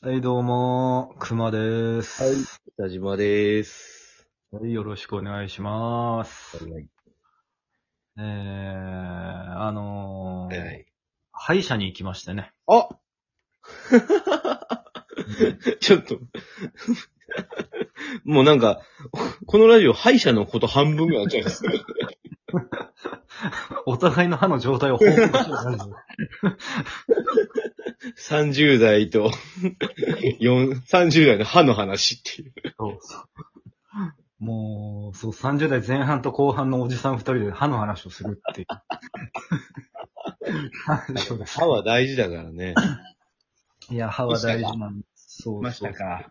はい、どうも、くまです。はい。北島です。はい、よろしくお願いします。はい。えー、あのーはい。歯医者に行きましてね。 あ ちょっと。もうなんか、このラジオ、歯医者のこと半分ぐらいあっちゃい ます。お互いの歯の状態を報告しようじゃないですか30代と、4 30代の歯の話っていう。 そうそうもう、そう、30代前半と後半のおじさん二人で歯の話をする っていう。 話をです歯は大事だからね。いや、歯は大事なんです。そうそう。か。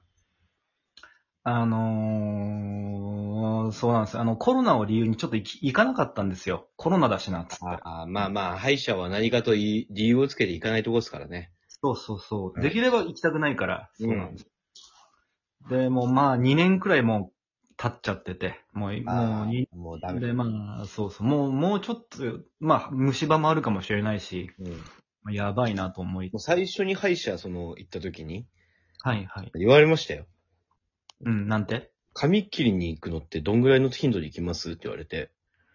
あのー、そうなんです。あの、コロナを理由にちょっと行き行かなかったんですよ。コロナだしな、つって。あーまあまあ、歯医者は何かといい理由をつけていかないとこですからね。そうそうそうう。んできれば行きたくないから。うんそうなんです。で、もうまあ2年くらいもう経っちゃってて、もう、もうに、あーもうダメだ。でまあ、そうそう、もう、もうちょっと、まあ、虫歯もあるかもしれないし、うん、もまあやばいなと思い、う最初に歯医者、その、行った時に、はいはい。言われましたよ。うん、なんて髪切りに行くのってどんぐらいの頻度で行きますって言われて、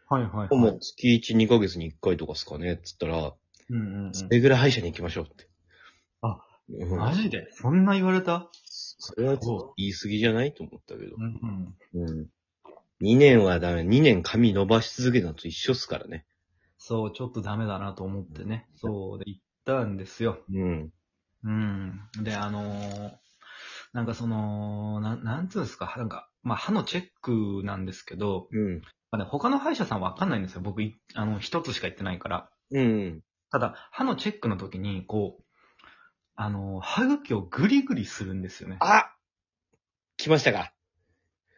はいはい、もはうい。月1、2ヶ月に1回とかですかねっつったら、うんうんそうん。れぐらい歯医者に行きましょうって。あ、うん、マジでそんな言われたそれはちょっと言い過ぎじゃないと思ったけどう。んうん。うん。2年はダメ。2年髪伸ばし続けたのと一緒っすからね。そう、ちょっとダメだなと思ってね。そう、で、行ったんですよ。うん。うん。で、あのーなんかその、なん、なんつうんですか、なんか、まあ、歯のチェックなんですけど、うん。まあね、他の歯医者さんわかんないんですよ。僕、いあの、一つしか行ってないから。うん。ただ、歯のチェックの時に、こう、あのー歯茎をグリグリするんですよね。あ来ましたか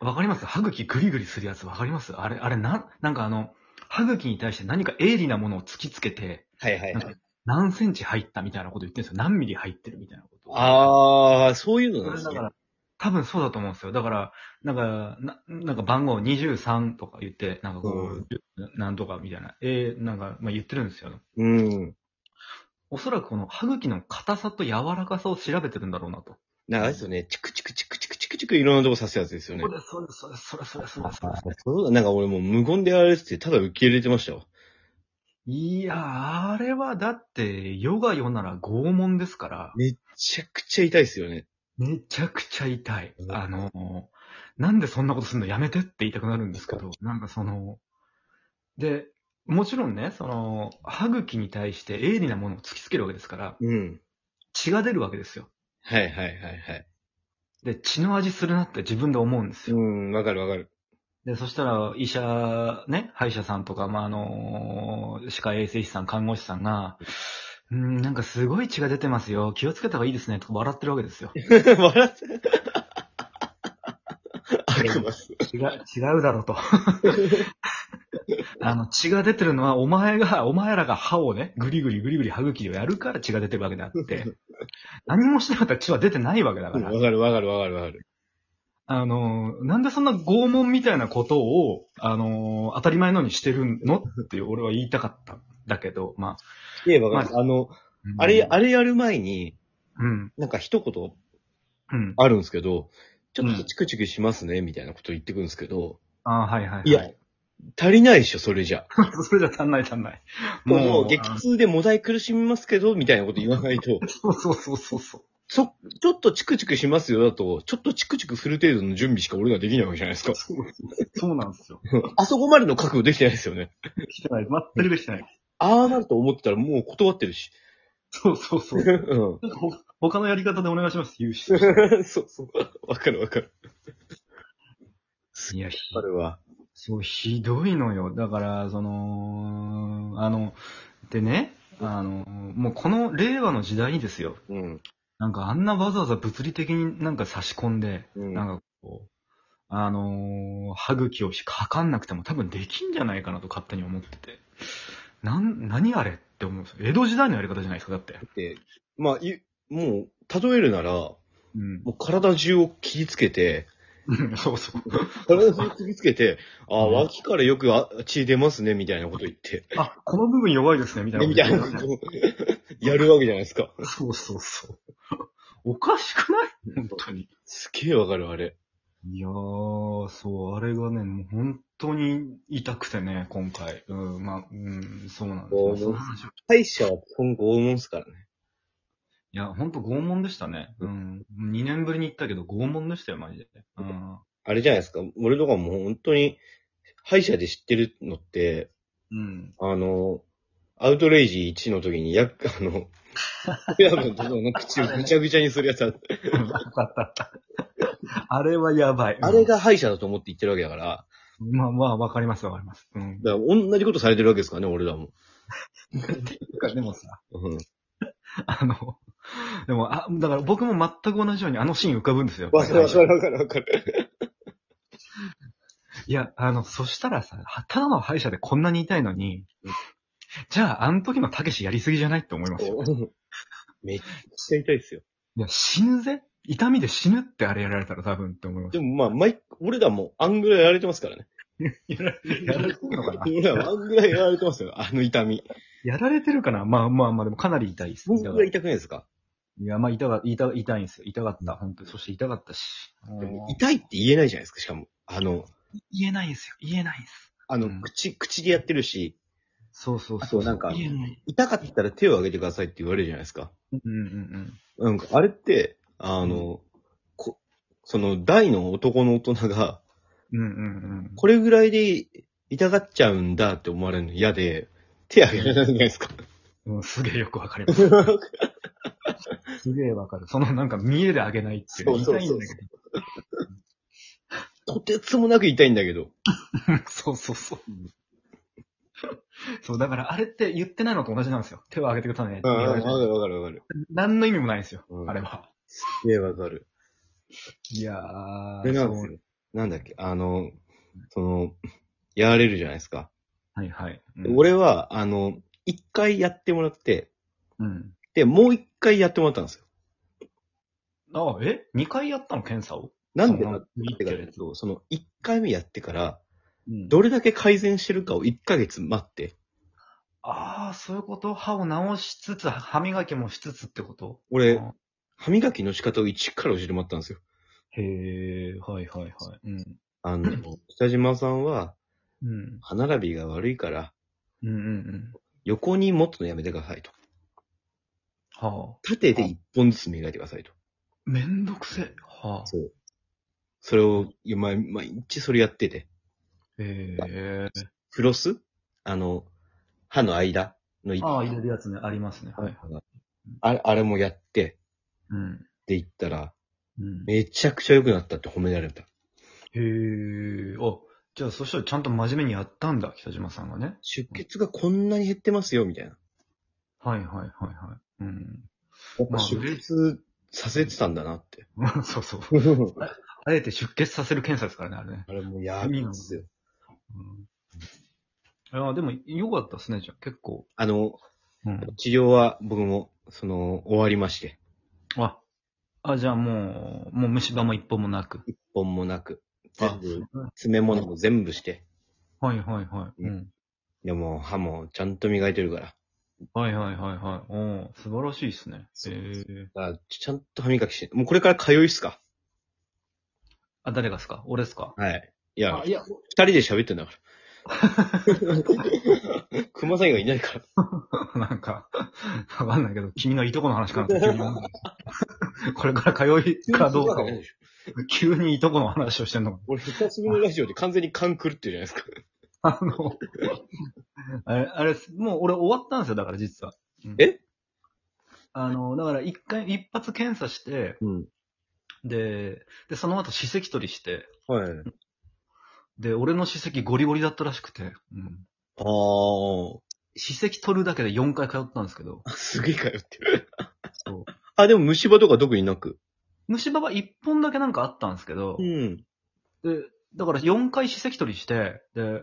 わかります歯茎グリグリするやつわかりますあれ、あれ、なん、なんかあの、歯茎に対して何か鋭利なものを突きつけて、はいはいなんは かい。何センチ入ったみたいなこと言ってるんですよ。何ミリ入ってるみたいなことを。あー、そういうそのなんでれすだねか。ら、多分そうだと思うんですよ。だから、なんか、ななんか番号23とか言って、なんかこう、なんとかみたいな、えー、なんか、まあ、言ってるんですよ。うん。おそらくこの歯茎の硬さと柔らかさを調べてるんだろうなと。なんかあれですよね、チクチクチクチクチクチクいろんなとこ刺すやつですよね。それ、それ、それ、それ、それ、それ、それ。そうだ、なんか俺もう無言でやられてて、ただ受け入れてましたよ。いやー、あれはだって、ヨガヨなら拷問ですから、めちゃくちゃ痛いですよね。めちゃくちゃ痛い。うんあのー、なんでそんなことするのやめてって言いたくなるんですけど、なんかその、で、もちろんね、その、歯茎に対して鋭利なものを突きつけるわけですから、うん。血が出るわけですよ。はいはいはいはい。で、血の味するなって自分で思うんですうよ。ん、わかるわかる。 で、そしたら、医者、ね、歯医者さんとか、まあ、あのー歯科衛生士さん、看護師さんが、うん、なんかすごい血が出てますよ。気をつけた方がいいですね。とか笑ってるわけですよ。笑って。 悪魔っす。違う、違うだろうと。 あの、血が出てるのは、お前が、お前らが歯をね、ぐりぐりぐりぐり歯茎をやるから血が出てるわけであって、何もしてなかったら血は出てないわけだか、わからるわかるわかるわかる。あの、なんでそんな拷問みたいなことを、あの、当たり前のようにしてるのっていう、俺は言いたかったんだけど、まあ。いえ、わかる。あの、あれ、あれやる前に、うん、なんか一言うん。あるんですけど、ちょっうとんチクチクしますね、みたいなこと言ってくるんですけど、ああ、はいはい、はい。いや、足りないでしょ、それじゃ。 それじゃ足んない足んない。 もう、あ激の痛でもだい苦しみますけど、みたいなこと言わないと。そうそうそうそうそう。そ、ちょっとチクチクしますよだと、ちょっとチクチクする程度の準備しか俺らできないわけじゃないですか。そうそうなんですよ。あそこまでの覚悟できてないですよね。してない。全くしてない。ああなると思ってたらもう断ってる し。そうそうそう。うほ他のやり方でお願いします、融資。ん。そうそう。わかるわかる。いや、ひあれは。そう、ひどいのよ。だから、その、あの、でね、あの、もうこの令和の時代にですよ。うん。なんかあんなわざわざ物理的になんか差し込んで、うんなんかこう、あのー歯茎をかかんなくても多分できんじゃないかなと勝手に思ってて。なん、何あれって思うんですよ。江戸時代のやり方じゃないですか、だって。で、まあ、いもう、例えるなら、もうん。う体中を切りつけて、 そうそう。体中を切りつけて、ああ、うん脇からよくあ血出ますね、みたいなこと言って、あ、この部分弱いですね、みたいなみ ことたい言なって。ことをやるわけじゃないですか。そうそうそう。 おかしくない本当に。すげえわかる、あれ。いやー、そう、あれがね、もう本当に痛くてね、今回。うん、まあ、うん、そうなんです。まあその話を歯医者は基本拷問っすからね。いや、ほんと拷問でしたね。うん。2年ぶりに行ったけど、拷問でしたよ、マジで。うん。あれじゃないですか。俺とかもう本当に、歯医者で知ってるのって、 うん。あの、アウトレイジ1の時に、や、 あの、ペアの部分の口をぐちゃぐちゃにするやつある。あれはやばい。あれ。が歯医者だと思って言ってるわけだから、まあまあ、わかります、わかります。うん。だから同じことされてるわけですからね、俺らも。っていうか、でもさ、うん。あの、でも、あ、だから僕も全く同じようにあのシーン浮かぶんですよ。わかるわかるわかるわかる。いや、あの、そしたらさ、ただの歯医者でこんなに痛いのにうん、じゃあ、あの時のたけしやりすぎじゃないって思いますよ。めっちゃ痛いっすよ。いや、死ぬぜ痛みで死ぬってあれやられたら多分って思います。でもまあ、毎、俺らもあんぐらいやられてますからね。 やらやられてるのかな俺らもあんぐらいやられてますよ、あの痛み。やられてるかなまあまあまあ、でもかなり痛いです。僕が痛くないですかいや、まあ痛が、痛、痛いんですよ。痛かった、本当に。そして痛かったし。でもうん痛いって言えないじゃないですか、しかも。あの、言えないんですよ。言えないんです。あうの、ん口、口でやってるし、そうそうあとそう。なんか言えない。痛かったら手を挙げてくださいって言われるじゃないですか。うんうんうん。なんか、あれって、あの、こその、大の男の大人が、うんうんうん。これぐらいで痛がっちゃうんだって思われるの嫌で、手挙げられないじゃないです か。うん、すげえよくわかります。 すげえわかる。そのなんか見えであげないっていそうそう痛いそんうだけとてつもなく痛いんだけど。ど。 そうそうそう。そう、だからあれって言ってないのと同じなんですよ。手を挙げてくださいねってうん、言わわかれるて。わかるわかる。何の意味もないんですよう。んあれは。ええ、わかる。いやあー。れなんですよ。なんだっけ、あの、その、やられるじゃないですか。はいはい。で、俺は、あの、一回やってもらって、うん。で、もう一回やってもらったんですよ。あ、え ?2 回やったの検査をなんでそかのってからだと、その、一回目やってから、うんどれだけ改善してるかを一ヶ月待って、ああ、そういうこと歯を直しつつ、歯磨きもしつつってこと俺、あ歯磨きの仕方を一から教えてもらったんですよ。へえ、はいはいはい。うん。あの、北島さんは、うん。歯並びが悪いから、うんうんうん。横に持つのやめてくださいと。はあ。縦で一本ずつ磨いてくださいと。めんどくせえ。はあ。そう。それを、いや毎毎日それやってて。へえ。フロスあの、歯の間の一ああ、入れるやつね、ありますね。はい。あれ、あれもやって、うん。って言ったら、うん、へめちゃくちゃ良くなったって褒められた。え。あ、じゃあそしたらちゃんと真面目にやったんだ、北島さんがね。出血がこんなに減ってますよ、みたいな。はいはいはいはい。うん。 やっぱまあ出血させてたんだ なって。そうそう。あえて出血させる検査ですからね、あれね。あれもうやべえっすよ。うん、ああ、でも良かったですね、じゃあ結構。あの、うん。治療は僕も、その、終わりまして。あ、あ、じゃあもう、もう虫歯も一本もなく。一本もなく。全あ部、詰め物も全部して。はいはいはい。ううん。でも、歯もちゃんと磨いてるから。はいはいはいはい。おー素晴らしいですね。そうえあちゃんと歯磨きして。もうこれから通いっすかあ、誰がですか俺ですかはい。いや、いや、二人で喋ってんだから。 熊さん以外いないから。なんか、わかんないけど、君のいとこの話かなって急に思う これから通いかどうかを、 急にいとこの話をしてんのか 俺、久しぶりのラジオで完全に勘狂ってるじゃないですか。あの、あれ、あれ、もう俺終わったんですよ、だから実は。うんえあの、だから一回、一発検査して、うん。で、で、その後歯石取りして、はい。で、俺の歯石ゴリゴリだったらしくて、うん。あー歯石取るだけで4回通ったんですけど、あ。すげえ通ってる。そうあ、でも虫歯とか特になく。虫歯は1本だけなんかあったんですけど、ん。で、だから4回歯石取りして、で、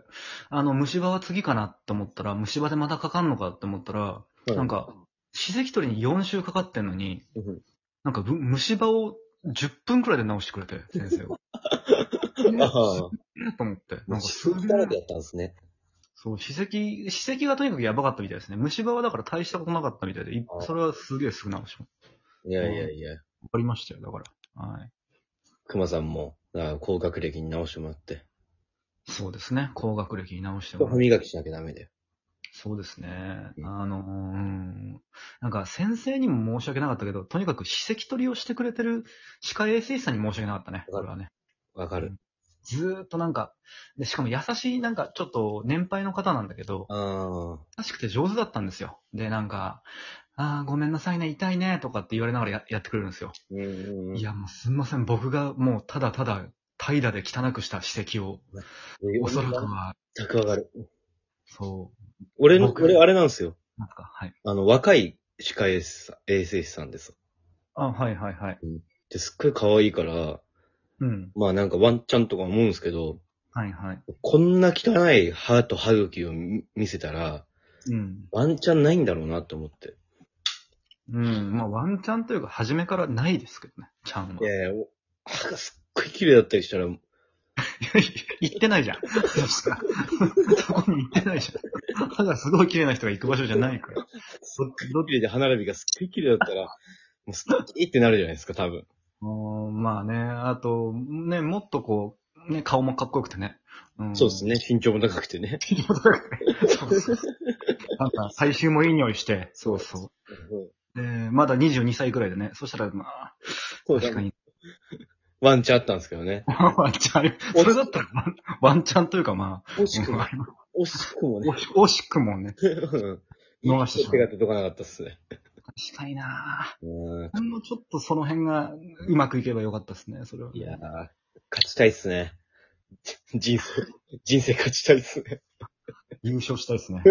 あの、虫歯は次かなって思ったら、虫歯でまたかかんのかって思ったら、なんか、歯石取りに4週かかってんのに、うん、なんかぶ虫歯を10分くらいで直してくれて、先生が。あと あ。思って。なんかす虫げ歯だらけえだったんですね。そう、歯石、歯石がとにかくやばかったみたいですね。虫歯はだから大したことなかったみたいで、いあそれはすげえすぐ直しまいやいやいや。かりましたよ、だから。はい。熊さんも、あ高学歴に直してもらって。そうですね。高学歴に直してもら歯う。磨きしなきゃダメだよ。そうですねう。んあのーうんなんか先生にも申し訳なかったけど、とにかく歯石取りをしてくれてる歯科衛生士さんに申し訳なかったね。こわかるれはね。わかる。ずーっとなんか、で、しかも優しい、なんかちょっと年配の方なんだけど、あ優しくて上手だったんですよ。で、なんか、あーごめんなさいね、痛いね、とかって言われながらややってくれるんですよ。ー。うんうん。いや、もうすんません。僕がもうただただ怠惰で汚くした歯石を、え、おそらくは、全くわかる。そ俺の、僕俺あれなんですよ。う、なんか、はい。あの、若い歯科衛生士さん衛生士さんです。あ、はいはいはい。ですっごい可愛いから、うん。まあなんかワンチャンとか思うんですけど、はいはい。こんな汚い歯と歯茎を見見せたら、うん。ワンチャンないんだろうなと思って。うん。まあ、ワンチャンというか、初めからないですけどね、ちゃんは。いやいや、お 歯がすっごい綺麗だったりしたら、行ってないじゃん。そしたら そこに行ってないじゃん。歯がすごい綺麗な人が行く場所じゃないから。すっごい綺麗で歯並びがすっごい綺麗だ ったら、もうすっきりってなるじゃないですか、多分。うんまあね、あと、ね、もっとこう、ね、顔もかっこよくてね。んそうです。ね、身長も高くてね。そうそうなんか、最終もいい匂いして。そうそう。で、まだ22歳くらいでね。そしたら、まあ、そう確かに。ワンチャンあったんですけどね。ワンチャン、それだったらワン、ワンチャンというか、まあ、惜しくも、惜 惜しくも ね。し惜しくもね。うん逃してしまう手が届かなかったっすね。確かになうんほんのちょっとその辺がうまくいけばよかったですね、それは。いやー、勝ちたいっすね。人生、人生勝ちたいっすね。優勝したいですね。